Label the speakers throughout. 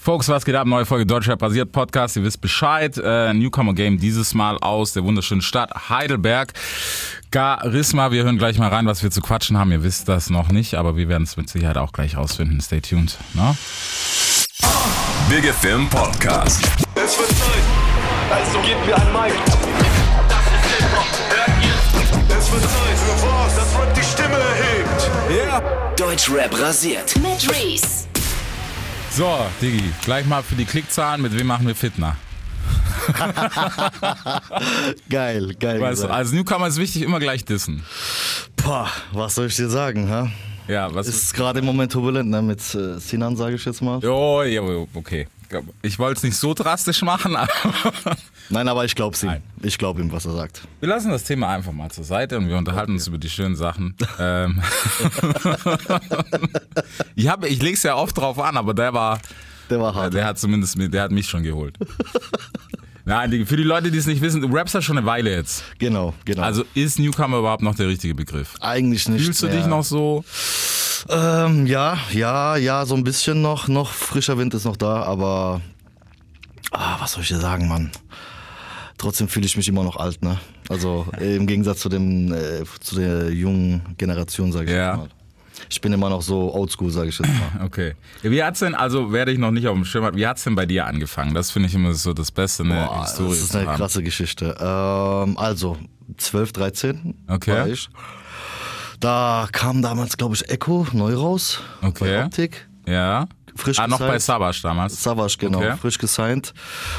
Speaker 1: Folks, was geht ab? Neue Folge Deutschrap basiert Podcast. Ihr wisst Bescheid. Äh, Newcomer Game dieses Mal aus der wunderschönen Stadt Heidelberg. Garisma, wir hören gleich mal rein, was wir zu quatschen haben. Ihr wisst das noch nicht, aber wir werden es mit Sicherheit auch gleich rausfinden. Stay tuned. Ne?
Speaker 2: Big FM Podcast.
Speaker 3: Es wird Zeit. Also gebt mir ein Mic. Es wird Zeit für was? Das Rap die Stimme erhebt.
Speaker 4: Deutschrap rasiert.
Speaker 5: Mit Reese.
Speaker 1: So, Diggi, gleich mal für die Klickzahlen. Mit wem machen wir Fitner?
Speaker 6: Geil, geil.
Speaker 1: Weißt du,
Speaker 6: gesagt.
Speaker 1: als Newcomer ist wichtig, immer gleich dissen.
Speaker 6: Boah, was soll ich dir sagen, ha?
Speaker 1: Ja, was
Speaker 6: Es ist gerade im Moment turbulent, ne? Mit äh, Sinan, sage ich jetzt mal.
Speaker 1: Jo, Oh, ja, okay. Ich wollte es nicht so drastisch machen, aber
Speaker 6: Nein, aber ich glaub's ihm.
Speaker 1: Nein.
Speaker 6: Ich glaub ihm, was er sagt.
Speaker 1: wir lassen das Thema einfach mal zur Seite und wir unterhalten uns über die schönen Sachen. Ähm. ich hab, ich lege es ja oft drauf an, aber der war,
Speaker 6: Der war hart.
Speaker 1: der hat zumindest, mi- der hat mich schon geholt. Nein, die- für die Leute, die es nicht wissen, du rappst ja schon eine Weile jetzt.
Speaker 6: Genau, genau.
Speaker 1: Also ist Newcomer überhaupt noch der richtige Begriff?
Speaker 6: eigentlich nicht.
Speaker 1: Fühlst du dich
Speaker 6: mehr.
Speaker 1: noch so?
Speaker 6: Ähm, ja, ja, ja, so ein bisschen noch. Noch frischer Wind ist noch da, aber. Ah, was soll ich dir sagen, Mann? Trotzdem fühle ich mich immer noch alt, ne? Also äh, im Gegensatz zu, dem, äh, zu der jungen Generation, sage ich
Speaker 1: Ja.
Speaker 6: jetzt mal. Ich bin immer noch so oldschool, sage ich jetzt mal.
Speaker 1: Okay. Wie hat's denn, also werde ich noch nicht auf dem Schirm, haben, wie hat's denn bei dir angefangen? Das finde ich immer so das Beste Äh, in der
Speaker 6: Boah,
Speaker 1: Historie.
Speaker 6: Das ist
Speaker 1: zu
Speaker 6: eine
Speaker 1: haben.
Speaker 6: krasse Geschichte. Ähm, also, 12, 13
Speaker 1: Okay.
Speaker 6: war ich. Da kam damals, glaube ich, Echo neu raus.
Speaker 1: Okay.
Speaker 6: Bei Optik.
Speaker 1: Ja.
Speaker 6: Frisch
Speaker 1: ah, noch bei
Speaker 6: gesigned.
Speaker 1: Savage damals.
Speaker 6: Savage, genau,
Speaker 1: Okay.
Speaker 6: frisch gesigned.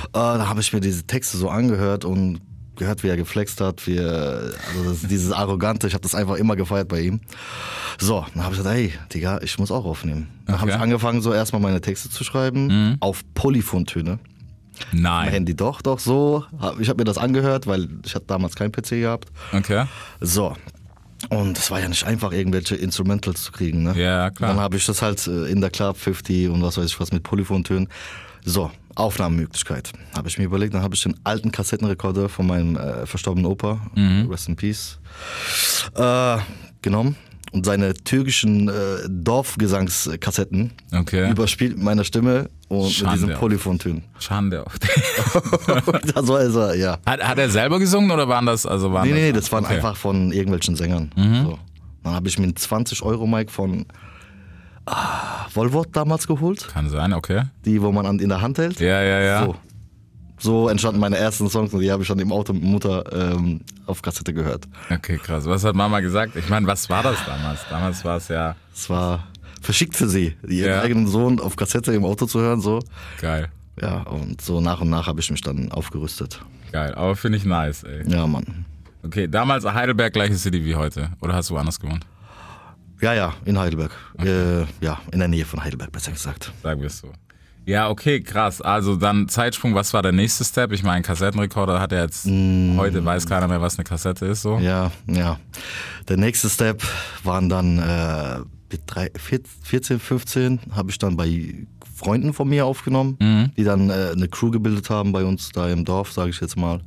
Speaker 6: Äh, da habe ich mir diese Texte so angehört und gehört, wie er geflext hat, wie er, also das, dieses Arrogante, ich habe das einfach immer gefeiert bei ihm. So, dann habe ich gesagt, hey, Digga, ich muss auch aufnehmen. Dann habe
Speaker 1: Okay. Mhm.
Speaker 6: ich angefangen, so erstmal meine Texte zu schreiben, auf Polyphon-Töne. Mein
Speaker 1: Nein.
Speaker 6: Handy doch, doch so. Hab- Ich habe mir das angehört, weil ich hatte damals keinen PC gehabt.
Speaker 1: Okay.
Speaker 6: So. Und es war ja nicht einfach, irgendwelche Instrumentals zu kriegen, ne?
Speaker 1: Ja, klar.
Speaker 6: Dann habe ich das halt äh, in der Club 50 und was weiß ich was mit Polyphontönen. So, Aufnahmemöglichkeit. Habe ich mir überlegt, dann habe ich den alten Kassettenrekorder von meinem äh, verstorbenen Opa,
Speaker 1: Mhm.
Speaker 6: Rest in Peace, äh, genommen und seine türkischen äh, Dorfgesangskassetten
Speaker 1: Okay.
Speaker 6: überspielt mit meiner Stimme und
Speaker 1: Schande.
Speaker 6: mit diesen Polyphontönen.
Speaker 1: Schande auf
Speaker 6: das war also, ja.
Speaker 1: hat, hat er selber gesungen oder waren das also waren
Speaker 6: Nee,
Speaker 1: das,
Speaker 6: nee, das waren
Speaker 1: okay. Mhm.
Speaker 6: einfach von irgendwelchen Sängern. So. Dann habe ich mir einen 20-Euro-Mic von ah, Volvo damals geholt,
Speaker 1: Kann sein, okay.
Speaker 6: die, wo man an, in der Hand hält.
Speaker 1: Ja, ja, ja.
Speaker 6: So. so entstanden meine ersten Songs und die habe ich dann im Auto mit Mutter ähm, auf Kassette gehört.
Speaker 1: Okay, krass. Was hat Mama gesagt? Ich meine, was war das damals? Damals war es ja
Speaker 6: Es war verschickt für sie, ihren
Speaker 1: Ja.
Speaker 6: eigenen Sohn auf Kassette im Auto zu hören. So.
Speaker 1: geil.
Speaker 6: Ja, und so nach und nach habe ich mich dann aufgerüstet.
Speaker 1: Geil. Aber finde ich nice, ey.
Speaker 6: Ja, Mann.
Speaker 1: Okay, damals Heidelberg gleiche City wie heute. Oder hast du woanders gewohnt?
Speaker 6: Ja, ja, in Heidelberg. Äh, ja, in der Nähe von Heidelberg, besser gesagt.
Speaker 1: Sagen wir es so. Ja, okay, krass. Also dann Zeitsprung, was war der nächste Step? Ich meine, Kassettenrekorder hat er jetzt,
Speaker 6: Mm.
Speaker 1: heute weiß keiner mehr, was eine Kassette ist, so.
Speaker 6: Ja, ja. Der nächste Step waren dann äh, mit drei, vier- 14, 15 habe ich dann bei Freunden von mir aufgenommen,
Speaker 1: Mhm.
Speaker 6: die dann äh, eine Crew gebildet haben bei uns da im Dorf, sage ich jetzt mal.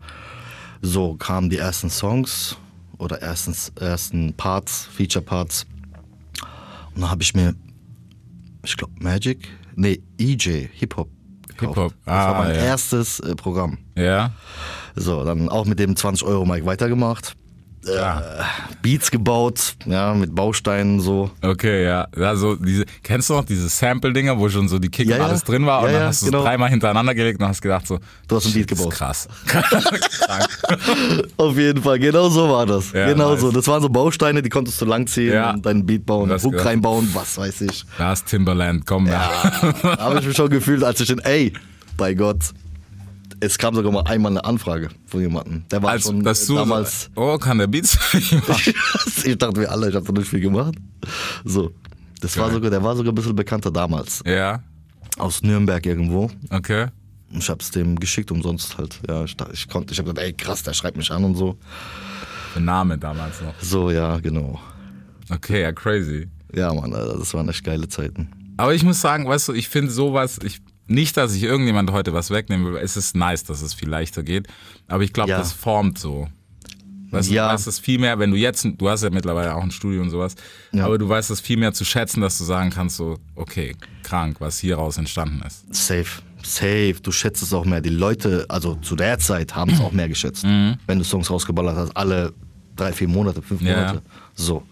Speaker 6: So kamen die ersten Songs oder erstens, ersten Parts, Feature Parts. Und dann habe ich mir, ich glaube Magic, nee, E EJ, Hip-Hop. gekauft.
Speaker 1: Hip-Hop,
Speaker 6: Das war
Speaker 1: ah,
Speaker 6: mein
Speaker 1: ja.
Speaker 6: erstes äh, Programm.
Speaker 1: Ja?
Speaker 6: So, dann auch mit dem 20-Euro-Mic weitergemacht. Äh,
Speaker 1: Ja.
Speaker 6: Beats gebaut, ja, mit Bausteinen so.
Speaker 1: Okay, ja. Also diese, kennst du noch diese Sample-Dinger, wo schon so die Kick
Speaker 6: Ja,
Speaker 1: und
Speaker 6: ja.
Speaker 1: alles drin war und
Speaker 6: Ja,
Speaker 1: dann
Speaker 6: ja,
Speaker 1: hast du
Speaker 6: genau.
Speaker 1: es dreimal hintereinander gelegt und hast gedacht so,
Speaker 6: Du hast ein
Speaker 1: shit,
Speaker 6: Beat gebaut.
Speaker 1: Ist krass.
Speaker 6: Auf jeden Fall, genau so war das.
Speaker 1: Ja,
Speaker 6: genau
Speaker 1: nice.
Speaker 6: so. Das waren so Bausteine, die konntest du langziehen
Speaker 1: Ja.
Speaker 6: und deinen Beat bauen,
Speaker 1: Das
Speaker 6: Hook
Speaker 1: gehört.
Speaker 6: reinbauen, was weiß ich.
Speaker 1: da ist Timberland, komm ja.
Speaker 6: da habe ich mich schon gefühlt, als ich den, ey, bei Gott. Es kam sogar mal einmal eine Anfrage von jemandem. Der war
Speaker 1: Als,
Speaker 6: schon
Speaker 1: dass du
Speaker 6: damals.
Speaker 1: So, oh, kann der Beats?
Speaker 6: ich dachte mir alle, ich habe da nicht viel gemacht. So. Das war
Speaker 1: Geil.
Speaker 6: sogar, der war sogar ein bisschen bekannter damals.
Speaker 1: ja,
Speaker 6: Aus Nürnberg irgendwo.
Speaker 1: okay.
Speaker 6: Und ich hab's dem geschickt umsonst halt. Ja, ich, da- ich konnte, ich hab gedacht, ey krass, der schreibt mich an und so.
Speaker 1: Der Name damals noch.
Speaker 6: So, ja, genau.
Speaker 1: Okay, ja, crazy.
Speaker 6: Ja, Mann, Alter, das waren echt geile Zeiten.
Speaker 1: Aber ich muss sagen, weißt du, ich finde sowas, ich, nicht, dass ich irgendjemand heute was wegnehmen will, es ist nice, dass es viel leichter geht, aber ich glaube,
Speaker 6: Ja.
Speaker 1: das formt so. Weißt,
Speaker 6: Ja.
Speaker 1: Du weißt das viel mehr, wenn du jetzt, du hast ja mittlerweile auch ein Studio und sowas,
Speaker 6: Ja.
Speaker 1: aber du weißt das viel mehr zu schätzen, dass du sagen kannst, so, okay, krank, was hieraus entstanden ist.
Speaker 6: Safe. Safe. Du schätzt es auch mehr. Die Leute, also zu der Zeit, haben es auch mehr geschätzt. Wenn du Songs rausgeballert hast, alle drei, vier Monate, fünf
Speaker 1: Mhm. Ja.
Speaker 6: Monate. So.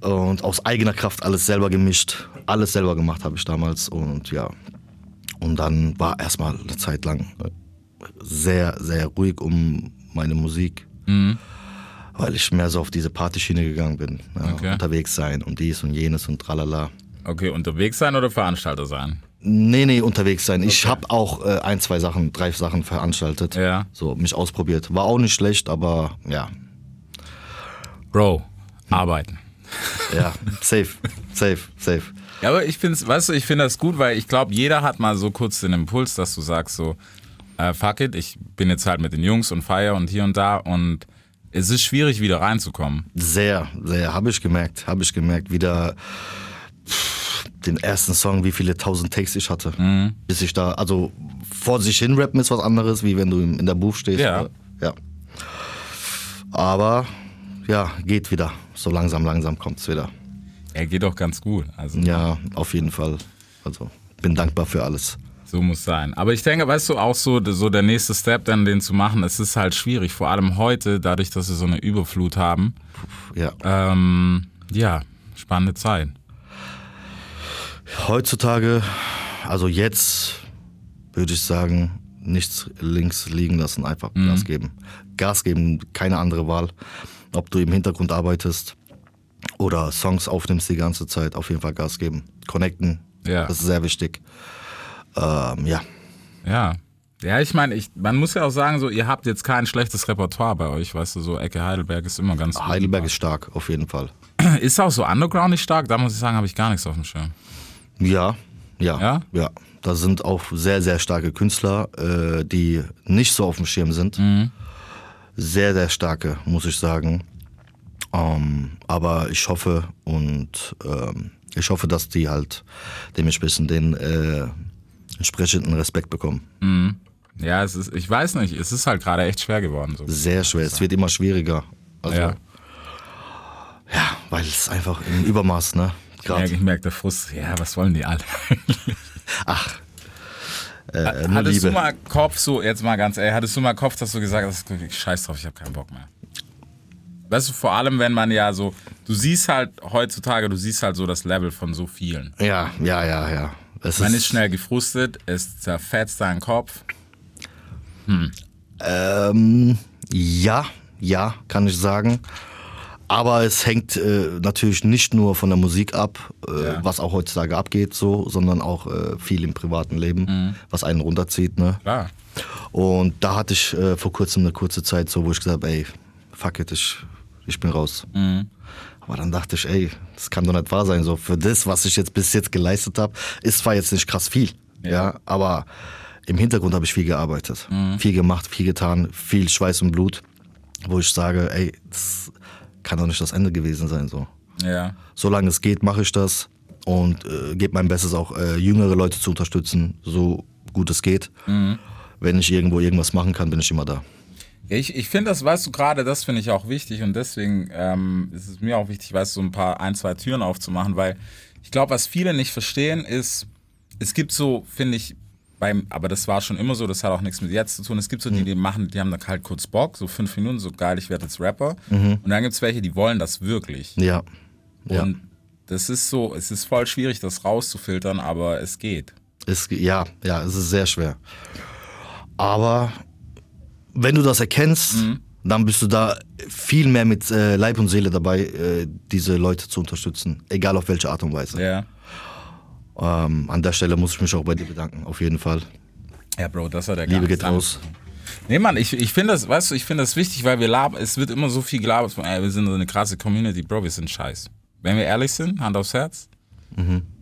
Speaker 6: Und aus eigener Kraft alles selber gemischt. Alles selber gemacht habe ich damals. Und ja. Und dann war erstmal eine Zeit lang sehr, sehr ruhig um meine Musik.
Speaker 1: Mhm.
Speaker 6: Weil ich mehr so auf diese Partyschiene gegangen bin. Ja,
Speaker 1: Okay.
Speaker 6: Unterwegs sein und dies und jenes und tralala.
Speaker 1: Okay, unterwegs sein oder Veranstalter sein?
Speaker 6: Nee, nee, unterwegs sein. Ich habe auch äh, ein, zwei Sachen, drei Sachen veranstaltet.
Speaker 1: Ja.
Speaker 6: So, mich ausprobiert. War auch nicht schlecht, aber ja.
Speaker 1: Bro,
Speaker 6: Hm.
Speaker 1: arbeiten.
Speaker 6: Ja, safe, safe, safe.
Speaker 1: Ja, aber ich finde weißt du, ich finde das gut, weil ich glaube, jeder hat mal so kurz den Impuls, dass du sagst so, äh, fuck it, ich bin jetzt halt mit den Jungs und feier und hier und da und es ist schwierig, wieder reinzukommen.
Speaker 6: Sehr, sehr. Habe ich gemerkt, habe ich gemerkt. Wieder pff, den ersten Song, wie viele tausend Takes ich hatte.
Speaker 1: Mhm.
Speaker 6: Bis ich da, also vor sich hin rappen ist was anderes, wie wenn du in der Buch stehst.
Speaker 1: Ja.
Speaker 6: Oder, ja. Aber ja, geht wieder. So langsam, langsam kommt's wieder.
Speaker 1: Er geht doch ganz gut. Also
Speaker 6: Ja, auf jeden Fall. Also bin dankbar für alles.
Speaker 1: So muss sein. Aber ich denke, weißt du, auch so, so der nächste Step, dann den zu machen, es ist halt schwierig. Vor allem heute, dadurch, dass wir so eine Überflut haben.
Speaker 6: Ja.
Speaker 1: Ähm, ja, spannende Zeit.
Speaker 6: Heutzutage, also jetzt würde ich sagen, nichts links liegen lassen, einfach Gas geben. Gas geben, keine andere Wahl. Ob du im Hintergrund arbeitest oder Songs aufnimmst die ganze Zeit, auf jeden Fall Gas geben. Connecten,
Speaker 1: Ja.
Speaker 6: das ist sehr wichtig. Ähm, ja,
Speaker 1: Ja. Ja, ich meine, ich, man muss ja auch sagen, so, ihr habt jetzt kein schlechtes Repertoire bei euch, weißt du, so Ecke Heidelberg ist immer ganz gut.
Speaker 6: Heidelberg ist stark, auf jeden Fall.
Speaker 1: Ist auch so undergroundig stark, da muss ich sagen, habe ich gar nichts auf dem Schirm.
Speaker 6: Ja, ja,
Speaker 1: Ja?
Speaker 6: ja. Da sind auch sehr, sehr starke Künstler, äh, die nicht so auf dem Schirm sind.
Speaker 1: Mhm.
Speaker 6: Sehr, sehr starke, muss ich sagen. Ähm, aber ich hoffe und ähm, ich hoffe, dass die halt dementsprechend den äh, entsprechenden Respekt bekommen.
Speaker 1: Ja, es ist, ich weiß nicht, es ist halt gerade echt schwer geworden. So.
Speaker 6: Sehr schwer. Es wird immer schwieriger. Also,
Speaker 1: Ja.
Speaker 6: ja. weil es einfach im Übermaß, ne?
Speaker 1: Ja,
Speaker 6: Grad.
Speaker 1: ich merke der Frust, ja, was wollen die alle?
Speaker 6: Ach. Äh, nur
Speaker 1: hattest
Speaker 6: Liebe.
Speaker 1: du mal Kopf, so jetzt mal ganz ehrlich, hattest du mal Kopf, dass du gesagt hast, ich scheiß drauf, ich habe keinen Bock mehr. Weißt du, vor allem, wenn man ja so, du siehst halt heutzutage, du siehst halt so das Level von so vielen.
Speaker 6: ja, ja, ja, ja. Es
Speaker 1: Man ist schnell gefrustet, es zerfetzt deinen Kopf.
Speaker 6: Ähm, ja, ja, kann ich sagen. Aber es hängt äh, natürlich nicht nur von der Musik ab, äh,
Speaker 1: Ja.
Speaker 6: was auch heutzutage abgeht, so, sondern auch äh, viel im privaten Leben, was einen runterzieht. Ne?
Speaker 1: Klar.
Speaker 6: Und da hatte ich äh, vor kurzem eine kurze Zeit so, wo ich gesagt habe, ey, fuck it, ich, ich bin raus. Aber dann dachte ich, ey, das kann doch nicht wahr sein. So für das, was ich jetzt bis jetzt geleistet habe, ist zwar jetzt nicht krass viel, ja, aber im Hintergrund habe ich viel gearbeitet, viel gemacht, viel getan, viel Schweiß und Blut, wo ich sage, ey, das kann doch nicht das Ende gewesen sein so
Speaker 1: Ja.
Speaker 6: solange es geht, mache ich das und äh, gebe mein Bestes, auch äh, jüngere Leute zu unterstützen, so gut es geht.
Speaker 1: Mhm.
Speaker 6: Wenn ich irgendwo irgendwas machen kann, bin ich immer da.
Speaker 1: Ja, Ich, ich finde das, weißt du, gerade das finde ich auch wichtig und deswegen ähm, ist es mir auch wichtig, weißt du, so ein paar, ein, zwei Türen aufzumachen, weil ich glaube, was viele nicht verstehen, ist, es gibt so, finde ich, beim, aber das war schon immer so, das hat auch nichts mit jetzt zu tun. Es gibt so
Speaker 6: Mhm.
Speaker 1: die, die machen, die haben da halt kurz Bock, so fünf Minuten, so geil, ich werde jetzt Rapper. Und dann gibt es welche, die wollen das wirklich.
Speaker 6: Ja. Mhm. Ja.
Speaker 1: Und das ist so, es ist voll schwierig, das rauszufiltern, aber es geht.
Speaker 6: Es, ja, ja, es ist sehr schwer. Aber wenn du das erkennst,
Speaker 1: Mhm.
Speaker 6: dann bist du da viel mehr mit äh, Leib und Seele dabei, äh, diese Leute zu unterstützen, egal auf welche Art und Weise.
Speaker 1: Ja.
Speaker 6: Ähm, an der Stelle muss ich mich auch bei dir bedanken, auf jeden Fall.
Speaker 1: Ja, Bro, das hat er gar
Speaker 6: Liebe
Speaker 1: nicht
Speaker 6: geht raus.
Speaker 1: Nee, Mann, ich, ich finde das, weißt du, ich finde das wichtig, weil wir labern, es wird immer so viel gelabert von, ey, wir sind so eine krasse Community, Bro, wir sind scheiß. Wenn wir ehrlich sind, Hand aufs Herz,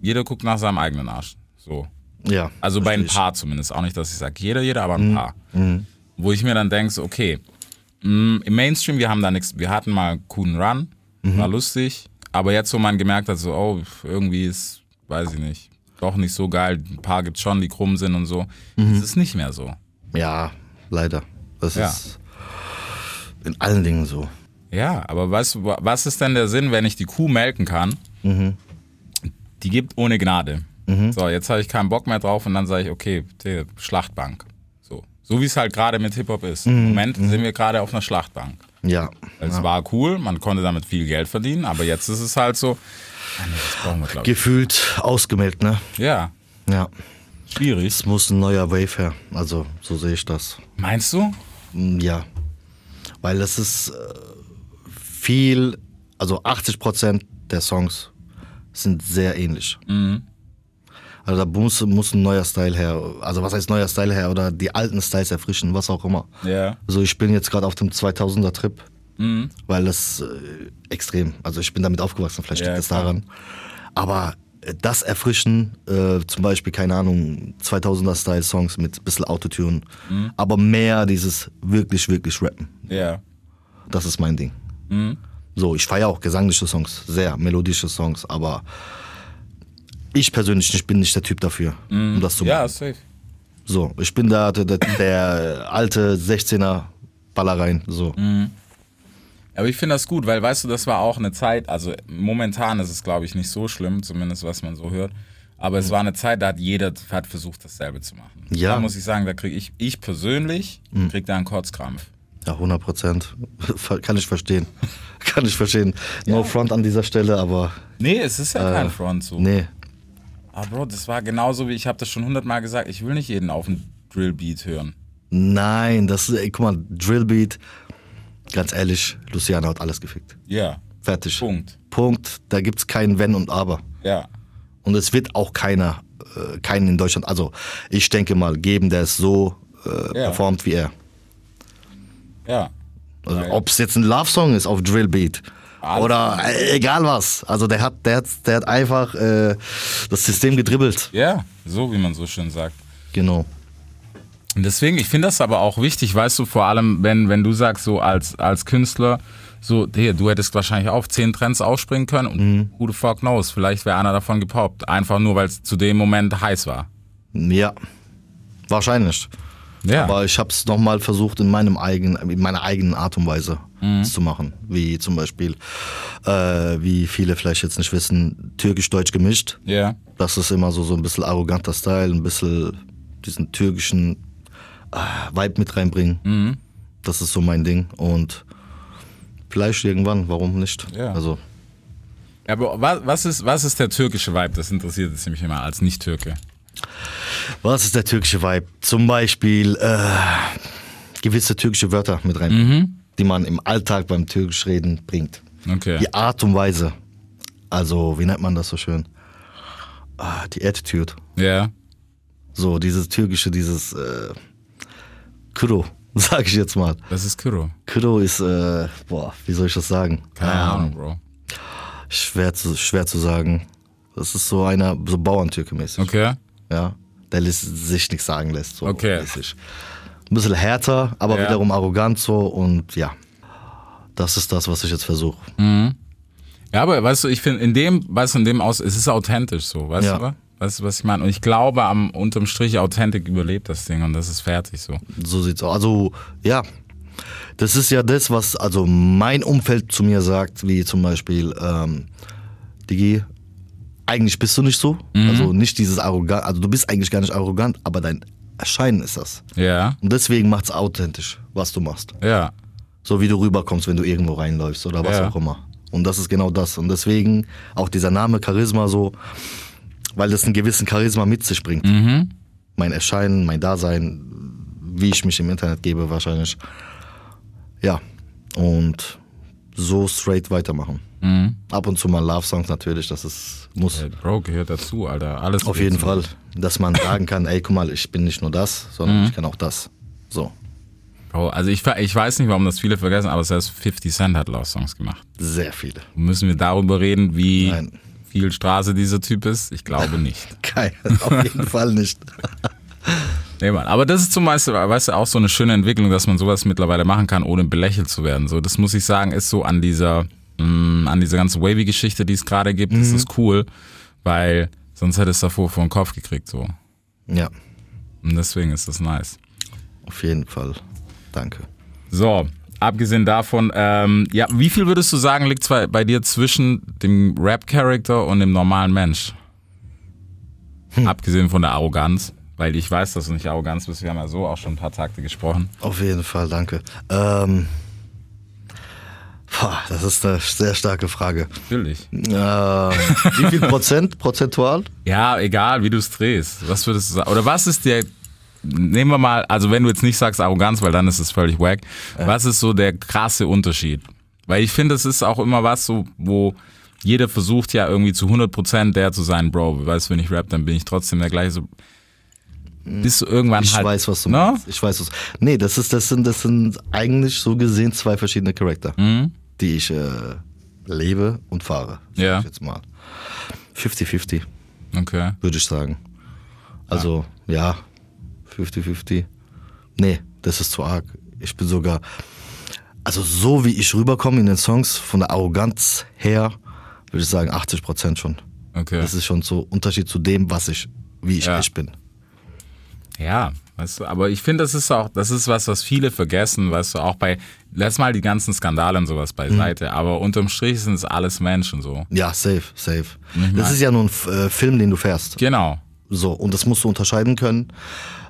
Speaker 1: jeder guckt nach seinem eigenen Arsch. So.
Speaker 6: Ja.
Speaker 1: Also bei ein
Speaker 6: verstehe
Speaker 1: paar zumindest. Auch nicht, dass ich sage, jeder, jeder, aber ein paar. Wo ich mir dann denke, so, okay, mh, im Mainstream, wir haben da nichts, wir hatten mal einen coolen Run, war lustig, aber jetzt, wo man gemerkt hat, so, oh, irgendwie ist, weiß ich nicht, doch nicht so geil, ein paar gibt's schon, die krumm sind und so. Es ist nicht mehr so.
Speaker 6: ich. Ja, leider. Das
Speaker 1: Ja.
Speaker 6: ist In allen Dingen so.
Speaker 1: Ja, aber weißt du, wa- was ist denn der Sinn, wenn ich die Kuh melken kann? Die gibt ohne Gnade. So, jetzt habe ich keinen Bock mehr drauf und dann sage ich, okay, die Schlachtbank. So, so wie es halt gerade mit Hip-Hop ist. Im Moment sind wir gerade auf einer Schlachtbank.
Speaker 6: Ja.
Speaker 1: Es war cool, man konnte damit viel Geld verdienen, aber jetzt ist es halt so, ah, nee, das brauchen wir, glaube ich.
Speaker 6: Gefühlt ausgemeldet, ne?
Speaker 1: Ja,
Speaker 6: Ja.
Speaker 1: schwierig.
Speaker 6: Es muss ein neuer Wave her. Also, so sehe ich das.
Speaker 1: Meinst du?
Speaker 6: Mm, Ja. Weil es ist äh, viel, also 80% der Songs sind sehr ähnlich. Also da muss, muss ein neuer Style her. Also was heißt neuer Style her? Oder die alten Styles erfrischen, was auch immer.
Speaker 1: Ja.
Speaker 6: Also ich bin jetzt gerade auf dem 2000er Trip,
Speaker 1: Mhm.
Speaker 6: weil das äh, extrem, also ich bin damit aufgewachsen, vielleicht
Speaker 1: Ja,
Speaker 6: liegt es
Speaker 1: klar.
Speaker 6: daran. Aber äh, das erfrischen, äh, zum Beispiel, keine Ahnung, 2000er Style Songs mit ein bisschen Autotune,
Speaker 1: Mhm.
Speaker 6: aber mehr dieses wirklich, wirklich Rappen.
Speaker 1: Ja.
Speaker 6: Das ist mein Ding.
Speaker 1: Mhm.
Speaker 6: So, ich feiere auch gesangliche Songs, sehr melodische Songs, aber ich persönlich nicht- bin nicht der Typ dafür, um das zu machen.
Speaker 1: Mhm. Ja, safe.
Speaker 6: So, ich bin da der, der, der alte 16er Ballereien,
Speaker 1: Mhm.
Speaker 6: so.
Speaker 1: Aber ich finde das gut, weil weißt du, das war auch eine Zeit, also momentan ist es glaube ich nicht so schlimm, zumindest was man so hört, aber es war eine Zeit, da hat jeder hat versucht dasselbe zu machen.
Speaker 6: Mhm. Ja. Mhm.
Speaker 1: Da muss ich sagen, da kriege ich ich persönlich krieg da einen Kotzkrampf.
Speaker 6: Ja, 100 Prozent. Kann ich verstehen. Kann ich verstehen. No front an dieser Stelle, aber
Speaker 1: Nee, es ist ja kein Front so.
Speaker 6: Äh, nee.
Speaker 1: Aber Bro, das war genauso wie ich habe das schon hundertmal gesagt, ich will nicht jeden auf dem Drillbeat hören.
Speaker 6: Nein, das ist, ey, guck mal, Drillbeat. Ganz ehrlich, Luciano hat alles gefickt.
Speaker 1: Ja.
Speaker 6: Fertig.
Speaker 1: Punkt.
Speaker 6: Punkt. Da gibt's kein Wenn und Aber.
Speaker 1: Ja.
Speaker 6: Und es wird auch keiner, äh, keinen in Deutschland, also ich denke mal, geben, der es so äh,
Speaker 1: Ja.
Speaker 6: performt wie er.
Speaker 1: Ja.
Speaker 6: Also,
Speaker 1: Ja, ja.
Speaker 6: Ob es jetzt ein Love-Song ist auf Drillbeat
Speaker 1: Alles.
Speaker 6: oder äh, egal was. Also der hat, der hat, der hat einfach äh, das System gedribbelt.
Speaker 1: Ja, so wie man so schön sagt.
Speaker 6: Genau.
Speaker 1: Und deswegen, ich finde das aber auch wichtig, weißt du, vor allem, wenn, wenn du sagst, so als, als Künstler, so, hey, du hättest wahrscheinlich auf zehn Trends aufspringen können und who the fuck knows, vielleicht wäre einer davon gepoppt. Einfach nur, weil es zu dem Moment heiß war.
Speaker 6: Ja, wahrscheinlich.
Speaker 1: Ja.
Speaker 6: Aber ich habe es nochmal versucht, in, meinem eigenen, in meiner eigenen Art und Weise es zu machen. Wie zum Beispiel, äh, wie viele vielleicht jetzt nicht wissen, türkisch-deutsch gemischt.
Speaker 1: ja.
Speaker 6: Das ist immer so, so ein bisschen arroganter Style, ein bisschen diesen türkischen äh, Vibe mit reinbringen. Das ist so mein Ding. Und vielleicht irgendwann, warum nicht?
Speaker 1: Ja.
Speaker 6: Also,
Speaker 1: Aber was, was, ist, was ist der türkische Vibe? Das interessiert es nämlich immer als Nicht-Türke.
Speaker 6: was ist der türkische Vibe? Zum Beispiel äh, gewisse türkische Wörter mit reinbringen,
Speaker 1: Mhm.
Speaker 6: die man im Alltag beim türkisch reden bringt.
Speaker 1: Okay.
Speaker 6: Die Art und Weise. Also, wie nennt man das so schön? Ah, die Attitude.
Speaker 1: Ja.
Speaker 6: So, dieses türkische, dieses äh, Kuro, sag ich jetzt mal.
Speaker 1: Das ist Kyro.
Speaker 6: Kuro ist, äh, boah, wie soll ich das sagen?
Speaker 1: Keine
Speaker 6: Ähm,
Speaker 1: Ahnung, Bro.
Speaker 6: Schwer zu, schwer zu sagen. Das ist so einer, so Bauerntürke mäßig.
Speaker 1: Okay.
Speaker 6: Ja. Der lässt sich nichts sagen lässt. So
Speaker 1: Okay.
Speaker 6: Mäßig. Ein bisschen härter, aber
Speaker 1: Ja.
Speaker 6: wiederum arrogant so und ja. Das ist das, was ich jetzt versuche.
Speaker 1: Ja, aber weißt du, ich finde, in dem, weißt du, in dem aus, es ist authentisch so, weißt
Speaker 6: Ja.
Speaker 1: du? aber? Weißt du, was ich meine? Und ich glaube, am unterm Strich, Authentik überlebt das Ding und das ist fertig so.
Speaker 6: So sieht's aus. Also, ja. Das ist ja das, was also mein Umfeld zu mir sagt, wie zum Beispiel, ähm, Digi, eigentlich bist du nicht so.
Speaker 1: Mhm.
Speaker 6: Also nicht dieses arrogant, also du bist eigentlich gar nicht arrogant, aber dein Erscheinen ist das.
Speaker 1: Ja.
Speaker 6: Und deswegen macht's authentisch, was du machst.
Speaker 1: Ja,
Speaker 6: So wie du rüberkommst, wenn du irgendwo reinläufst oder was
Speaker 1: Ja.
Speaker 6: auch immer. Und das ist genau das. Und deswegen auch dieser Name Charisma so, weil das einen gewissen Charisma mit sich bringt.
Speaker 1: Mhm.
Speaker 6: Mein Erscheinen, mein Dasein, wie ich mich im Internet gebe wahrscheinlich. Ja, und so straight weitermachen.
Speaker 1: Mhm.
Speaker 6: Ab und zu mal Love-Songs natürlich, das ist, muss.
Speaker 1: Ey, Bro gehört dazu, Alter. Alles
Speaker 6: Auf
Speaker 1: geht
Speaker 6: jeden
Speaker 1: so.
Speaker 6: Fall, dass man sagen kann, ey, guck mal, ich bin nicht nur das,
Speaker 1: Mhm.
Speaker 6: sondern ich kann auch das. So,
Speaker 1: Bro, also ich, ver- ich weiß nicht, warum das viele vergessen, aber selbst 50 Cent hat Love Songs gemacht.
Speaker 6: sehr viele.
Speaker 1: Müssen wir darüber reden, wie
Speaker 6: Nein.
Speaker 1: viel Straße dieser Typ ist? Ich glaube nicht.
Speaker 6: Geil, auf jeden Fall nicht.
Speaker 1: Nee, Mann. Aber das ist zum Beispiel, weißt du, auch so eine schöne Entwicklung, dass man sowas mittlerweile machen kann, ohne belächelt zu werden. So, das muss ich sagen, ist so an dieser, mh, an dieser ganzen Wavy-Geschichte, die es gerade gibt, ist das cool, weil sonst hätte es davor vor den Kopf gekriegt, so.
Speaker 6: Ja,
Speaker 1: Und deswegen ist das nice.
Speaker 6: Auf jeden Fall. Danke.
Speaker 1: So, Abgesehen davon, ähm, ja, wie viel würdest du sagen, liegt zwar bei dir zwischen dem Rap-Character und dem normalen Mensch? Abgesehen von der Arroganz, weil ich weiß, dass du nicht arrogant bist. Wir haben ja so auch schon ein paar Takte gesprochen.
Speaker 6: Auf jeden Fall, danke. Ähm, boah, das ist eine sehr starke Frage.
Speaker 1: Natürlich.
Speaker 6: Ähm, wie viel Prozent, prozentual?
Speaker 1: Ja, egal, wie du es drehst. Was würdest du sagen? Oder was ist der, nehmen wir mal, also wenn du jetzt nicht sagst Arroganz, weil dann ist es völlig wack, was ist so der krasse Unterschied? Weil ich finde, es ist auch immer was so, wo jeder versucht ja irgendwie zu 100% der zu sein, Bro, weißt du, wenn ich rap, dann bin ich trotzdem der gleiche. So, bist du irgendwann
Speaker 6: Hm. Ich
Speaker 1: halt.
Speaker 6: weiß, was du
Speaker 1: ne?
Speaker 6: meinst. Ich weiß, was. Nee, das ist, das sind, das sind eigentlich so gesehen zwei verschiedene Charakter, die ich äh, lebe und fahre. sag
Speaker 1: Ja.
Speaker 6: Ich jetzt mal. 50-50,
Speaker 1: Okay.
Speaker 6: würde ich sagen. Also, ja, 50-50. Nee, das ist zu arg. Ich bin sogar, also so wie ich rüberkomme in den Songs, von der Arroganz her, würde ich sagen 80 Prozent schon.
Speaker 1: Okay.
Speaker 6: Das ist schon so Unterschied zu dem, was ich, wie ich
Speaker 1: Ja.
Speaker 6: echt bin.
Speaker 1: Ja, weißt du, aber ich finde, das ist auch, das ist was, was viele vergessen, weißt du, auch bei, lass mal die ganzen Skandale und sowas beiseite,
Speaker 6: Hm.
Speaker 1: aber unterm Strich sind es alles Menschen so.
Speaker 6: Ja, safe, safe. Das ist ja nur ein F- äh, Film, den du fährst.
Speaker 1: Genau.
Speaker 6: So, und das musst du unterscheiden können.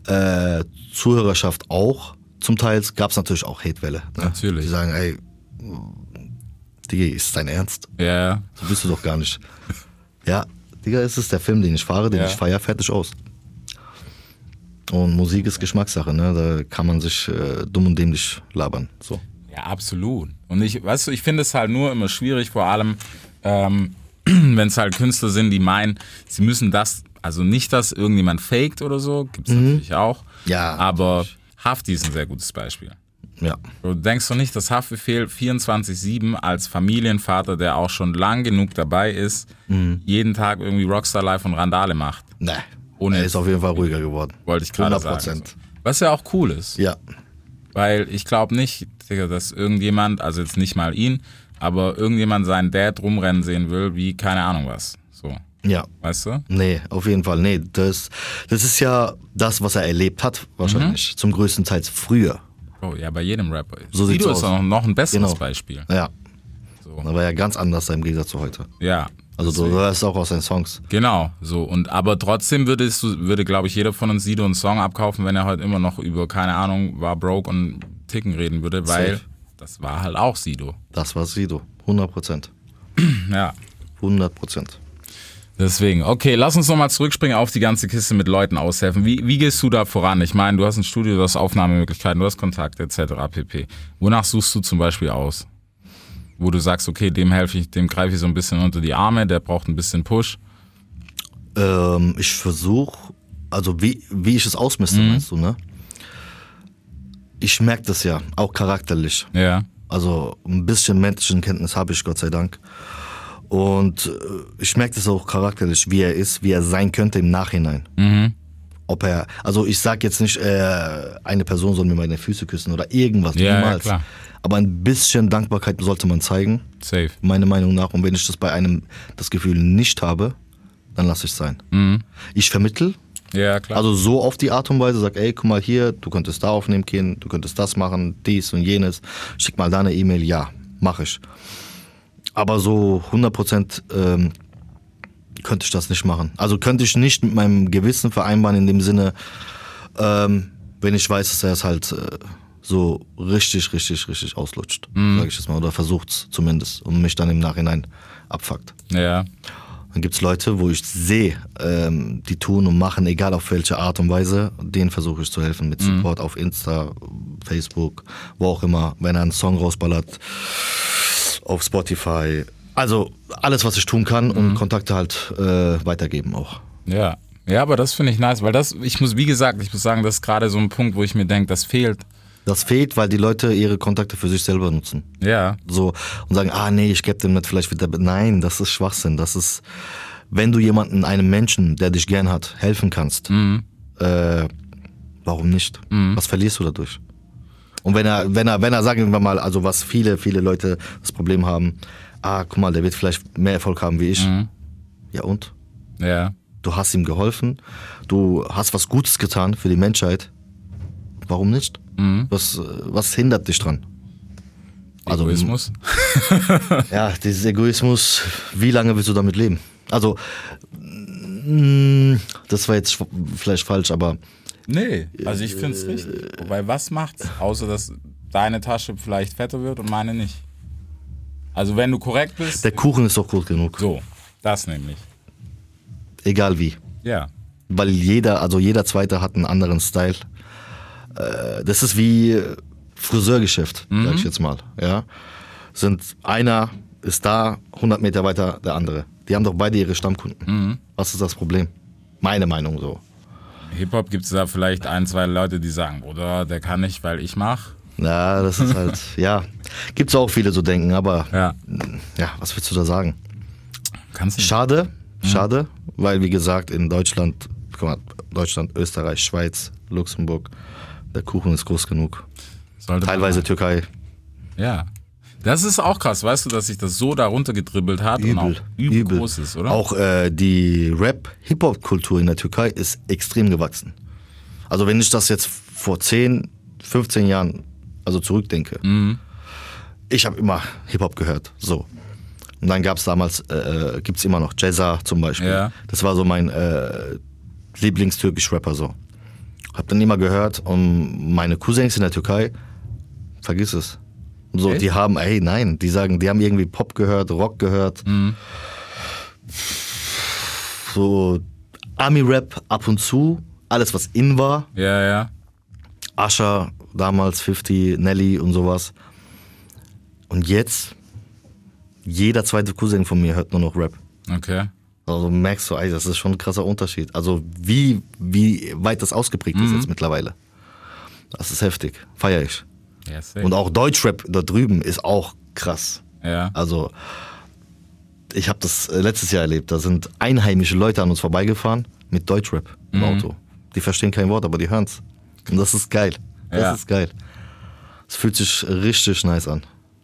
Speaker 6: Äh, Zuhörerschaft auch. Zum Teil gab es natürlich auch Hatewelle. Ne?
Speaker 1: Natürlich.
Speaker 6: Die sagen, ey, Digga, ist dein Ernst?
Speaker 1: Ja,
Speaker 6: So bist du doch gar nicht. ja, Digga, es ist der Film, den ich fahre, den
Speaker 1: Ja.
Speaker 6: ich feiere, fertig aus. Und Musik ist Geschmackssache, ne? Da kann man sich äh, dumm und dämlich labern. So.
Speaker 1: ja, absolut. Und ich, weißt du, ich finde es halt nur immer schwierig, vor allem, ähm, wenn es halt Künstler sind, die meinen, sie müssen das, also nicht, dass irgendjemand faked oder so, gibt's natürlich auch.
Speaker 6: Ja,
Speaker 1: Aber Hafti ist ein sehr gutes Beispiel.
Speaker 6: Ja.
Speaker 1: Du denkst doch nicht, dass Haftbefehl 24-7 als Familienvater, der auch schon lang genug dabei ist, jeden Tag irgendwie Rockstar Life und Randale macht.
Speaker 6: Ne.
Speaker 1: Ohne-
Speaker 6: er ist auf jeden Fall ruhiger geworden.
Speaker 1: Wollte ich gerade sagen.
Speaker 6: 100%.
Speaker 1: Was ja auch cool ist.
Speaker 6: Ja.
Speaker 1: Weil ich glaube nicht, Digga, dass irgendjemand, also jetzt nicht mal ihn, aber irgendjemand seinen Dad rumrennen sehen will, wie keine Ahnung was. So.
Speaker 6: Ja.
Speaker 1: Weißt du?
Speaker 6: Nee, auf jeden Fall. Nee, das, das ist ja das, was er erlebt hat, wahrscheinlich. Zum größten Teil früher.
Speaker 1: Oh, ja, bei jedem Rapper.
Speaker 6: So sieht's
Speaker 1: Sido ist
Speaker 6: aus.
Speaker 1: auch noch ein besseres
Speaker 6: Genau.
Speaker 1: Beispiel.
Speaker 6: Ja.
Speaker 1: So.
Speaker 6: Da war ja ganz anders im Gegensatz zu heute.
Speaker 1: Ja.
Speaker 6: Also du hörst auch aus seinen Songs.
Speaker 1: Genau, so. Und aber trotzdem würdest du, würde, glaube ich, jeder von uns Sido einen Song abkaufen, wenn er heute immer noch über, keine Ahnung, war broke und Ticken reden würde, weil
Speaker 6: Safe.
Speaker 1: das war halt auch Sido.
Speaker 6: Das war Sido. 100 Prozent.
Speaker 1: Ja.
Speaker 6: 100 Prozent.
Speaker 1: Deswegen, okay, lass uns nochmal zurückspringen auf die ganze Kiste mit Leuten aushelfen. Wie, wie gehst du da voran? Ich meine, du hast ein Studio, du hast Aufnahmemöglichkeiten, du hast Kontakt etc. pp. Wonach suchst du zum Beispiel aus? Wo du sagst, okay, dem helfe ich, dem greife ich so ein bisschen unter die Arme, der braucht ein bisschen Push.
Speaker 6: Ähm, ich versuche, also wie, wie ich es ausmiste, meinst du, ne? Ich merke das ja, auch charakterlich.
Speaker 1: Ja.
Speaker 6: Also ein bisschen Menschenkenntnis habe ich, Gott sei Dank. Und äh, ich merke das auch charakterlich, wie er ist, wie er sein könnte im Nachhinein.
Speaker 1: Mhm.
Speaker 6: Ob er, also ich sage jetzt nicht, äh, eine Person soll mir meine Füße küssen oder irgendwas,
Speaker 1: Ja, ja,
Speaker 6: niemals.
Speaker 1: klar.
Speaker 6: Aber ein bisschen Dankbarkeit sollte man zeigen,
Speaker 1: Safe.
Speaker 6: meiner Meinung nach. Und wenn ich das bei einem das Gefühl nicht habe, dann lasse ich es sein.
Speaker 1: Mhm.
Speaker 6: Ich vermittel,
Speaker 1: Ja, klar.
Speaker 6: also so auf die Art und Weise, sag, ey, guck mal hier, du könntest da aufnehmen gehen, du könntest das machen, dies und jenes, schick mal da eine E-Mail, ja, mach ich. Aber so 100% ähm, könnte ich das nicht machen. Also könnte ich nicht mit meinem Gewissen vereinbaren in dem Sinne, ähm, wenn ich weiß, dass er es halt äh, so richtig, richtig, richtig auslutscht, sag ich das mal, oder versucht's zumindest und mich dann im Nachhinein abfuckt.
Speaker 1: ja.
Speaker 6: Dann gibt es Leute, wo ich sehe, ähm, die tun und machen, egal auf welche Art und Weise, denen versuche ich zu helfen mit Support auf Insta, Facebook, wo auch immer, wenn er einen Song rausballert, auf Spotify. Also alles, was ich tun kann und Kontakte halt äh, weitergeben auch.
Speaker 1: Ja, ja, aber das finde ich nice, weil das, ich muss, wie gesagt, ich muss sagen, das ist gerade so ein Punkt, wo ich mir denke, das fehlt.
Speaker 6: Das fehlt, weil die Leute ihre Kontakte für sich selber nutzen.
Speaker 1: Ja,
Speaker 6: so und sagen, ah nee, ich gebe dem nicht, vielleicht wird der. be- Nein, das ist Schwachsinn. Das ist, wenn du jemanden, einem Menschen, der dich gern hat, helfen kannst, äh, warum nicht? Was verlierst du dadurch? Und wenn er, wenn er, wenn er, sagen wir mal, also was viele, viele Leute das Problem haben, ah, guck mal, der wird vielleicht mehr Erfolg haben wie ich. Ja und?
Speaker 1: ja,
Speaker 6: Du hast ihm geholfen, du hast was Gutes getan für die Menschheit. Warum nicht? Was, äh, was hindert dich dran? Also,
Speaker 1: Egoismus?
Speaker 6: Ja, dieses Egoismus, wie lange willst du damit leben? Also, mm, das war jetzt schw- vielleicht falsch, aber
Speaker 1: Nee, also ich finde es richtig. Wobei, was macht's? Außer, dass deine Tasche vielleicht fetter wird und meine nicht. Also, wenn du korrekt bist,
Speaker 6: der Kuchen ist doch gut genug.
Speaker 1: so, das nämlich.
Speaker 6: Egal wie.
Speaker 1: Ja.
Speaker 6: Weil jeder, also jeder Zweite hat einen anderen Style. Äh, Das ist wie äh, Friseurgeschäft, sag ich jetzt mal. Ja? Sind einer ist da, 100 Meter weiter der andere. Die haben doch beide ihre Stammkunden. Was ist das Problem? Meine Meinung so.
Speaker 1: Hip-Hop gibt es da vielleicht ein, zwei Leute, die sagen, oder der kann nicht, weil ich mach.
Speaker 6: Ja, das ist halt, ja. Gibt's auch viele so denken, aber
Speaker 1: Ja.
Speaker 6: ja, was willst du da sagen?
Speaker 1: Kannst nicht.
Speaker 6: Schade, schade, weil wie gesagt in Deutschland, guck mal, Deutschland, Österreich, Schweiz, Luxemburg, der Kuchen ist groß genug.
Speaker 1: Sollte man
Speaker 6: Teilweise Türkei.
Speaker 1: Ja. Das ist auch krass, weißt du, dass sich das so darunter gedribbelt hat und auch Genau. übel, groß ist, oder?
Speaker 6: Auch äh, die Rap-Hip-Hop-Kultur in der Türkei ist extrem gewachsen. Also wenn ich das jetzt vor 10, 15 Jahren also zurückdenke, ich habe immer Hip-Hop gehört, so. Und dann gab es damals, äh, gibt es immer noch Jazza zum Beispiel.
Speaker 1: Ja.
Speaker 6: Das war so mein äh, Lieblingstürkisch-Rapper so. Hab dann immer gehört, um meine Cousins in der Türkei, vergiss es. So,
Speaker 1: Echt?
Speaker 6: die haben, ey, nein, die sagen, die haben irgendwie Pop gehört, Rock gehört.
Speaker 1: Mhm.
Speaker 6: So Army-Rap ab und zu, alles was in war,
Speaker 1: Ja, ja.
Speaker 6: Asher damals, 50, Nelly und sowas. Und jetzt, jeder zweite Cousin von mir hört nur noch Rap.
Speaker 1: Okay.
Speaker 6: Also merkst du, ey, das ist schon ein krasser Unterschied. Also wie, wie weit das ausgeprägt ist jetzt mittlerweile. Das ist heftig, feier ich.
Speaker 1: Ja, safe.
Speaker 6: Und auch Deutschrap da drüben ist auch krass.
Speaker 1: ja.
Speaker 6: Also ich habe das äh, letztes Jahr erlebt, da sind einheimische Leute an uns vorbeigefahren mit Deutschrap im
Speaker 1: Mhm.
Speaker 6: Auto. Die verstehen kein Wort, aber die hören's. Und das ist geil. Das
Speaker 1: Ja.
Speaker 6: ist geil. Es fühlt sich richtig nice an,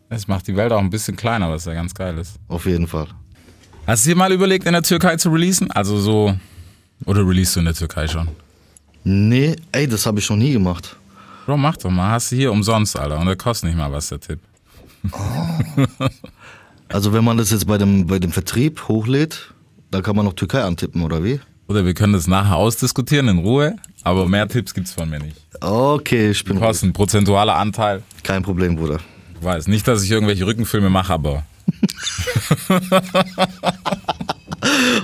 Speaker 1: Das macht die Welt auch ein bisschen kleiner, was ja ganz geil ist.
Speaker 6: auf jeden Fall.
Speaker 1: Hast du dir mal überlegt, in der Türkei zu releasen? Also so. Oder release du in der Türkei schon?
Speaker 6: Nee, ey, das habe ich noch nie gemacht.
Speaker 1: Bro, mach doch mal. Hast du hier umsonst, Alter. Und der kostet nicht mal was, der Tipp.
Speaker 6: Also wenn man das jetzt bei dem, bei dem Vertrieb hochlädt, dann kann man noch Türkei antippen, oder wie?
Speaker 1: Oder wir können das nachher ausdiskutieren in Ruhe. Aber mehr Tipps gibt's von mir nicht.
Speaker 6: Okay, ich bin
Speaker 1: Kosten, prozentualer Anteil.
Speaker 6: kein Problem, Bruder.
Speaker 1: Ich weiß nicht, dass ich irgendwelche Rückenfilme mache, aber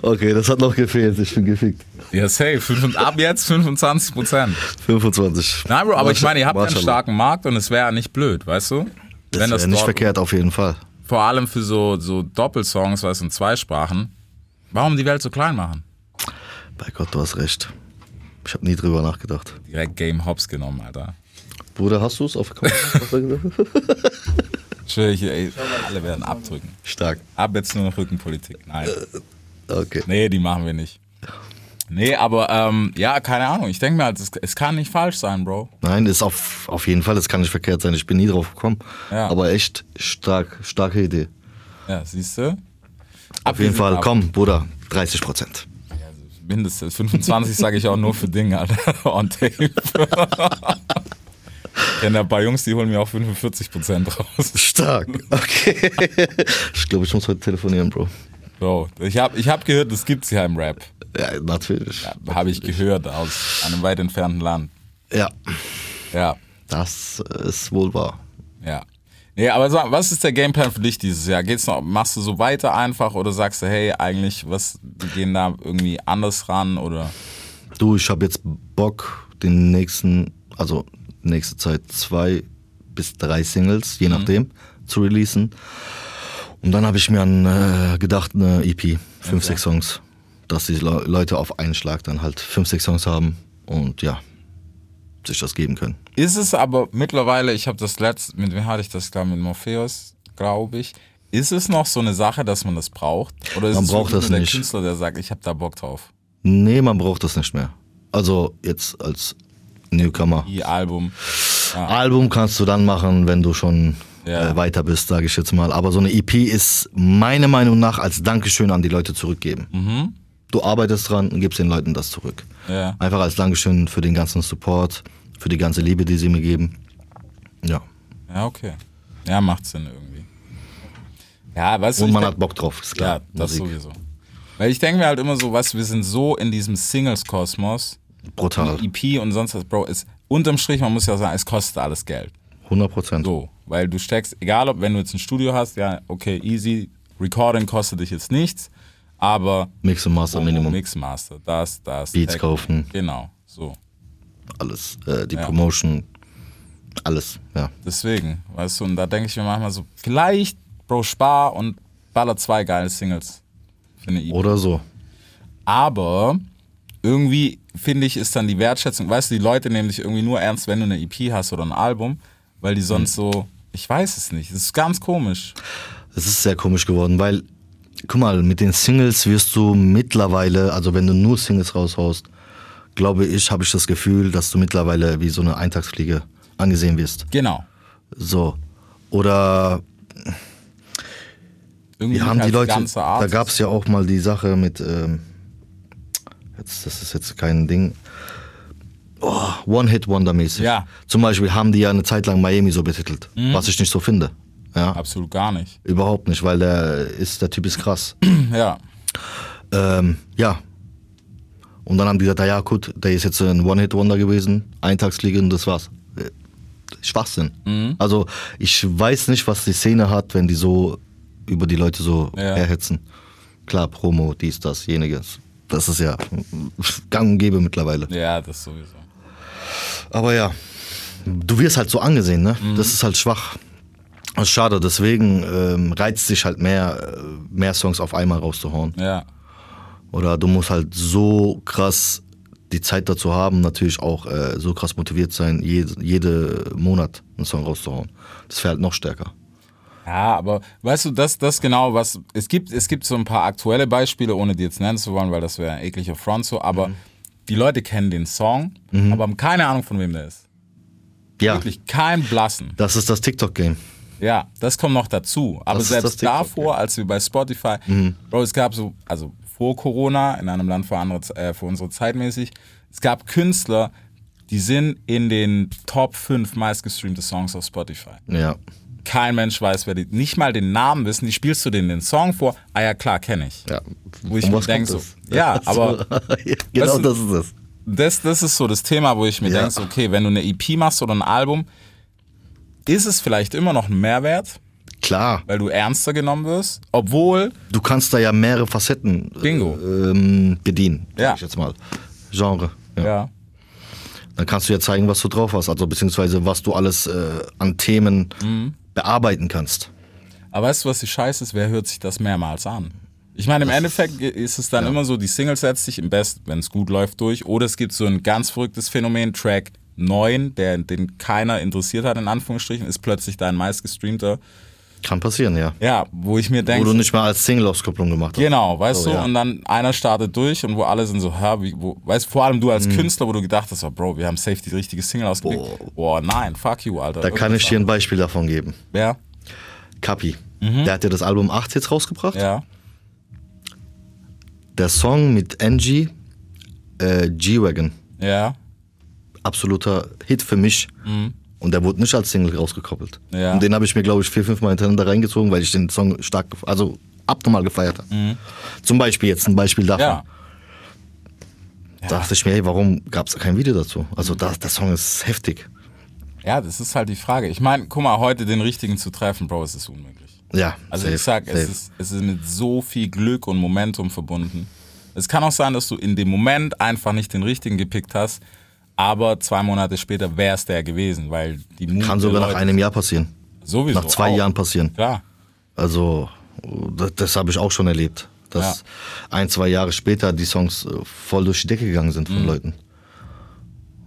Speaker 6: Okay, das hat noch gefehlt. Ich bin gefickt.
Speaker 1: ja, safe. Fünf und, ab jetzt 25 Prozent.
Speaker 6: 25.
Speaker 1: Nein, Bro, aber ich meine, ihr habt ja einen
Speaker 6: Mashallah.
Speaker 1: starken Markt und es wäre ja nicht blöd, weißt du?
Speaker 6: Das wäre nicht verkehrt, auf jeden Fall.
Speaker 1: vor allem für so, so Doppelsongs, weißt du, in zwei Sprachen, warum die Welt so klein machen?
Speaker 6: Bei Gott, du hast recht. Ich habe nie drüber nachgedacht.
Speaker 1: Direkt Game Hops genommen, Alter.
Speaker 6: Bruder, hast du es auf
Speaker 1: Schwöre ich, ey, alle werden abdrücken.
Speaker 6: Stark.
Speaker 1: Ab jetzt nur noch Rückenpolitik. Nein.
Speaker 6: Okay.
Speaker 1: Nee, die machen wir nicht. Nee, aber ähm, ja, keine Ahnung. Ich denke mir halt, es, es kann nicht falsch sein, Bro.
Speaker 6: Nein, ist auf, auf jeden Fall, das kann nicht verkehrt sein. Ich bin nie drauf gekommen.
Speaker 1: Ja.
Speaker 6: Aber echt stark, starke Idee.
Speaker 1: Ja, siehst du?
Speaker 6: Auf jeden Fall, komm, Bruder, 30 Prozent.
Speaker 1: Mindestens 25 sage ich auch nur für Dinge, Alter. On tape. Denn ein paar Jungs, die holen mir auch 45% raus.
Speaker 6: Stark. Okay. ich glaube, ich muss heute telefonieren, Bro.
Speaker 1: Bro, ich habe ich hab gehört, das gibt's ja im Rap.
Speaker 6: Ja, natürlich.
Speaker 1: Habe ich gehört aus einem weit entfernten Land.
Speaker 6: Ja,
Speaker 1: Ja,
Speaker 6: das ist wohl wahr.
Speaker 1: ja. Nee, aber sag, was ist der Gameplan für dich dieses Jahr? Geht's noch, machst du so weiter einfach oder sagst du, hey, eigentlich, was, wir gehen da irgendwie anders ran oder?
Speaker 6: Du, ich habe jetzt Bock, den nächsten, also nächste Zeit zwei bis drei Singles, je nachdem, zu releasen. Und dann habe ich mir an, äh, gedacht, eine EP, fünf, sechs Songs, dass die Le Leute auf einen Schlag dann halt fünf, sechs Songs haben und ja, sich das geben können.
Speaker 1: Ist es aber mittlerweile, ich habe das letzte, mit wem hatte ich das, glaube mit Morpheus, glaube ich. Ist es noch so eine Sache, dass man das braucht? Oder ist
Speaker 6: Man
Speaker 1: es
Speaker 6: braucht
Speaker 1: wirklich
Speaker 6: das
Speaker 1: nur der
Speaker 6: nicht.
Speaker 1: Künstler, der sagt, ich habe da Bock drauf?
Speaker 6: Nee, man braucht das nicht mehr. Also jetzt als Newcomer.
Speaker 1: Die Album.
Speaker 6: Album kannst du dann machen, wenn du schon
Speaker 1: Ja.
Speaker 6: äh, weiter bist, sage ich jetzt mal. Aber so eine EP ist meiner Meinung nach als Dankeschön an die Leute zurückgeben. Du arbeitest dran und gibst den Leuten das zurück.
Speaker 1: Mhm. Ja.
Speaker 6: Einfach als Dankeschön für den ganzen Support, für die ganze Liebe, die sie mir geben. Ja.
Speaker 1: Ja, okay. Ja, macht Sinn irgendwie. Ja, weißt du.
Speaker 6: Und
Speaker 1: ich
Speaker 6: man
Speaker 1: denk-
Speaker 6: hat Bock drauf, ist klar.
Speaker 1: Ja, das
Speaker 6: Musik.
Speaker 1: sowieso. Weil ich denke mir halt immer so, was, wir sind so in diesem Singles-Kosmos,
Speaker 6: Brutal.
Speaker 1: EP E und sonst was, Bro, ist unterm Strich, man muss ja sagen, es kostet alles Geld.
Speaker 6: 100 Prozent.
Speaker 1: So, weil du steckst, egal ob, wenn du jetzt ein Studio hast, ja, okay, easy, Recording kostet dich jetzt nichts, aber
Speaker 6: Mix und Master Minimum.
Speaker 1: Mix Master, das, das.
Speaker 6: Beats
Speaker 1: Tech-
Speaker 6: kaufen.
Speaker 1: Genau, so.
Speaker 6: Alles. Äh, die Promotion. Alles. Ja.
Speaker 1: Deswegen, weißt du, und da denke ich mir manchmal so, vielleicht, Bro, spar und baller zwei geile Singles für eine E EP.
Speaker 6: Oder so.
Speaker 1: Aber irgendwie finde ich, ist dann die Wertschätzung, weißt du, die Leute nehmen dich irgendwie nur ernst, wenn du eine EP hast oder ein Album, weil die sonst
Speaker 6: Hm.
Speaker 1: so, ich weiß es nicht, es ist ganz komisch.
Speaker 6: Es ist sehr komisch geworden, weil, guck mal, mit den Singles wirst du mittlerweile, also wenn du nur Singles raushaust, glaube ich, habe ich das Gefühl, dass du mittlerweile wie so eine Eintagsfliege angesehen wirst.
Speaker 1: Genau.
Speaker 6: So. Oder
Speaker 1: Irgendwie
Speaker 6: wir haben
Speaker 1: als
Speaker 6: die Leute,
Speaker 1: ganze Art.
Speaker 6: da gab es ja auch mal die Sache mit, ähm, jetzt, das ist jetzt kein Ding, oh, One-Hit-Wonder-mäßig.
Speaker 1: Ja. Mhm.
Speaker 6: Zum Beispiel haben die ja eine Zeit lang Miami so betitelt, was ich nicht so finde. Ja,
Speaker 1: Absolut gar nicht.
Speaker 6: überhaupt nicht, weil der, ist, der Typ ist krass.
Speaker 1: Ja.
Speaker 6: Ähm, ja. Und dann haben die gesagt, na ja gut, der ist jetzt ein One-Hit-Wonder gewesen, Eintagsfliege und das war's. Äh, Schwachsinn.
Speaker 1: Mhm.
Speaker 6: Also ich weiß nicht, was die Szene hat, wenn die so über die Leute so
Speaker 1: Ja.
Speaker 6: herhetzen. Klar, Promo, dies, das, jeniges. Das ist ja gang und gäbe mittlerweile.
Speaker 1: Ja, das sowieso.
Speaker 6: Aber ja, du wirst halt so angesehen, ne?
Speaker 1: Mhm.
Speaker 6: Das ist halt schwach. Das ist schade, deswegen ähm, reizt dich halt mehr, äh, mehr Songs auf einmal rauszuhauen.
Speaker 1: Ja.
Speaker 6: Oder du musst halt so krass die Zeit dazu haben, natürlich auch äh, so krass motiviert sein, jede, jede Monat einen Song rauszuhauen. Das wäre halt noch stärker.
Speaker 1: Ja, aber weißt du, das, das genau, was es gibt, es gibt so ein paar aktuelle Beispiele, ohne die jetzt nennen zu wollen, weil das wäre ein ekliger Front so, aber
Speaker 6: Mhm.
Speaker 1: die Leute kennen den Song, aber haben keine Ahnung, von wem der ist.
Speaker 6: Ja,
Speaker 1: Wirklich kein Blassen.
Speaker 6: das ist das TikTok-Game.
Speaker 1: Ja, das kommt noch dazu. Aber
Speaker 6: Das ist das
Speaker 1: selbst
Speaker 6: TikTok, Mhm.
Speaker 1: davor, als wir bei Spotify, Bro, es gab so, also vor Corona, in einem Land vor, andere, äh, vor unsere Zeit mäßig, es gab Künstler, die sind in den Top 5 meistgestreamte Songs auf Spotify.
Speaker 6: Ja,
Speaker 1: Kein Mensch weiß, wer die, nicht mal den Namen wissen, die spielst du denen den Song vor, ah ja klar, kenne ich.
Speaker 6: ja.
Speaker 1: Wo ich
Speaker 6: Von
Speaker 1: mir
Speaker 6: was
Speaker 1: denk
Speaker 6: kommt
Speaker 1: so,
Speaker 6: das?
Speaker 1: ja,
Speaker 6: Also,
Speaker 1: aber-
Speaker 6: genau
Speaker 1: Weißt du-
Speaker 6: das ist es.
Speaker 1: das, das ist so das Thema, wo ich mir
Speaker 6: Ja.
Speaker 1: denke, okay, wenn du eine EP machst oder ein Album, ist es vielleicht immer noch ein Mehrwert,
Speaker 6: Klar,
Speaker 1: weil du ernster genommen wirst, obwohl
Speaker 6: du kannst da ja mehrere Facetten äh,
Speaker 1: Bingo.
Speaker 6: Ähm, bedienen, sag
Speaker 1: Ja.
Speaker 6: ich jetzt mal. Genre. Ja.
Speaker 1: ja,
Speaker 6: Dann kannst du ja zeigen, was du drauf hast, also beziehungsweise was du alles äh, an Themen
Speaker 1: Mhm.
Speaker 6: bearbeiten kannst.
Speaker 1: Aber weißt du, was die Scheiße ist? Wer hört sich das mehrmals an? Ich meine, im Endeffekt ist es dann immer so, die Single setzt sich im Best, wenn es gut läuft, durch. Oder es gibt so ein ganz verrücktes Phänomen, Track 9, der, den keiner interessiert hat, in Anführungsstrichen, ist plötzlich dein meistgestreamter.
Speaker 6: Kann passieren, ja.
Speaker 1: Ja, wo ich mir
Speaker 6: Wo du
Speaker 1: denke,
Speaker 6: nicht mal als Single-Auskopplung gemacht hast.
Speaker 1: genau, weißt
Speaker 6: So,
Speaker 1: du,
Speaker 6: ja.
Speaker 1: und dann einer startet durch und wo alle sind so, hör, wie, wo, weißt du, vor allem du als
Speaker 6: Hm.
Speaker 1: Künstler, wo du gedacht hast, oh, Bro, wir haben safe die richtige Single ausgepickt. Boah, nein, fuck you, Alter.
Speaker 6: Da kann ich dir ein Beispiel davon geben.
Speaker 1: Ja,
Speaker 6: Kapi. Der hat ja das Album 8 jetzt rausgebracht.
Speaker 1: Mhm. ja,
Speaker 6: Der Song mit Angie, äh, G-Wagon,
Speaker 1: ja,
Speaker 6: absoluter Hit für mich. Und der wurde nicht als Single rausgekoppelt.
Speaker 1: Mhm. Ja.
Speaker 6: Und den habe ich mir, glaube ich, vier, fünf Mal hintereinander reingezogen, weil ich den Song stark, gef- also abnormal gefeiert habe. Zum Beispiel jetzt, ein Beispiel davon.
Speaker 1: Mhm. ja.
Speaker 6: Da dachte ich mir, hey, warum gab es kein Video dazu? Also das, der Song ist heftig.
Speaker 1: Ja, das ist halt die Frage. Ich meine, guck mal, heute den richtigen zu treffen, Bro, es ist unmöglich.
Speaker 6: Ja,
Speaker 1: Also
Speaker 6: safe,
Speaker 1: ich sag, es
Speaker 6: safe.
Speaker 1: ist, es ist mit so viel Glück und Momentum verbunden. Es kann auch sein, dass du in dem Moment einfach nicht den richtigen gepickt hast, aber zwei Monate später wäre es der gewesen, weil die Mut
Speaker 6: Kann
Speaker 1: der
Speaker 6: sogar nach
Speaker 1: Leute-
Speaker 6: einem Jahr passieren.
Speaker 1: sowieso
Speaker 6: Nach zwei
Speaker 1: auch.
Speaker 6: Jahren passieren.
Speaker 1: Klar,
Speaker 6: Also, das, das habe ich auch schon erlebt, dass ein, zwei Jahre später die Songs äh, voll durch die Decke gegangen sind von Leuten.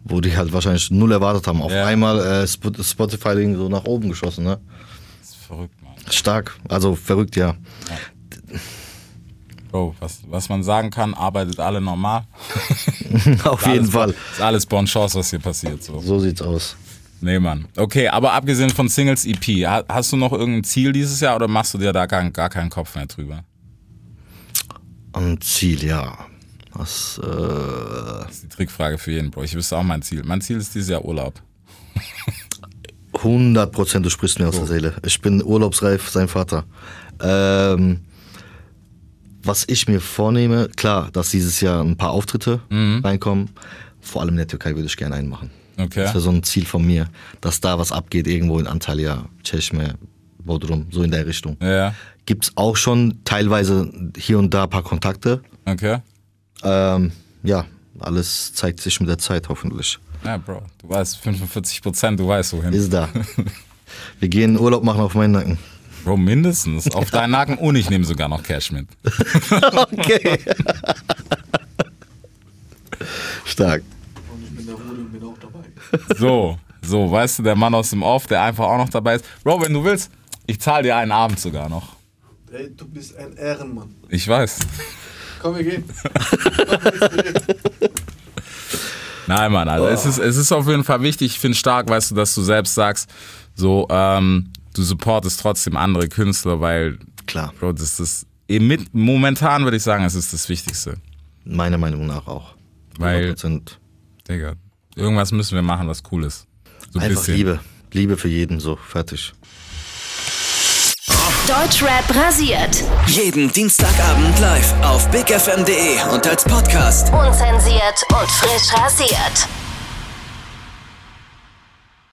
Speaker 6: Wo die halt wahrscheinlich null erwartet haben. Auf
Speaker 1: Ja.
Speaker 6: einmal äh, Sp- Spotify Ding so nach oben geschossen, ne?
Speaker 1: das ist verrückt, Mann.
Speaker 6: Stark, also verrückt, ja.
Speaker 1: Bro, was, was man sagen kann, arbeitet alle normal.
Speaker 6: Auf jeden
Speaker 1: Alles-
Speaker 6: Fall.
Speaker 1: Ist alles Bon Chance, was hier passiert. So.
Speaker 6: So sieht's aus.
Speaker 1: Nee, Mann. Okay, aber abgesehen von Singles EP, ha- hast du noch irgendein Ziel dieses Jahr oder machst du dir da gar, gar keinen Kopf mehr drüber?
Speaker 6: Am Ziel, ja. Das, äh,
Speaker 1: Das ist die Trickfrage für jeden, Bro. Ich wüsste auch mein Ziel. Mein Ziel ist dieses Jahr Urlaub.
Speaker 6: 100 Prozent, du sprichst mir aus der Seele. Ich bin urlaubsreif, sein Vater. Ähm, was ich mir vornehme, klar, dass dieses Jahr ein paar Auftritte
Speaker 1: Mhm.
Speaker 6: reinkommen. Vor allem in der Türkei würde ich gerne einen machen.
Speaker 1: Okay.
Speaker 6: Das wäre so ein Ziel von mir, dass da was abgeht, irgendwo in Antalya, Tschechme, Bodrum, so in der Richtung.
Speaker 1: Ja,
Speaker 6: Gibt es auch schon teilweise hier und da ein paar Kontakte.
Speaker 1: okay.
Speaker 6: Ähm, ja, alles zeigt sich mit der Zeit hoffentlich.
Speaker 1: Ja, Bro, du weißt, 45 Prozent, du weißt wohin.
Speaker 6: Ist da. Wir gehen Urlaub machen auf meinen Nacken.
Speaker 1: Bro, mindestens. Auf deinen Nacken und ich nehme sogar noch Cash mit.
Speaker 6: Okay. Stark.
Speaker 1: So, so, weißt du, der Mann aus dem Off, der einfach auch noch dabei ist. Bro, wenn du willst, ich zahle dir einen Abend sogar noch.
Speaker 5: Ey, du bist ein Ehrenmann.
Speaker 1: Ich weiß.
Speaker 5: Komm, wir gehen.
Speaker 1: Nein, Mann, also
Speaker 6: Oh.
Speaker 1: es, ist, es ist auf jeden Fall wichtig. Ich finde stark, weißt du, dass du selbst sagst, so, ähm, du supportest trotzdem andere Künstler, weil,
Speaker 6: Klar,
Speaker 1: Bro, das ist, im Mit- momentan würde ich sagen, es ist das Wichtigste.
Speaker 6: meiner Meinung nach auch.
Speaker 1: Weil-
Speaker 6: 100%.
Speaker 1: Digga, irgendwas müssen wir machen, was cool ist. So ein
Speaker 6: einfach
Speaker 1: bisschen.
Speaker 6: Liebe. Liebe für jeden, so, fertig.
Speaker 7: Deutschrap rasiert.
Speaker 4: Jeden Dienstagabend live auf bigfm.de und als Podcast.
Speaker 7: Unzensiert und frisch rasiert.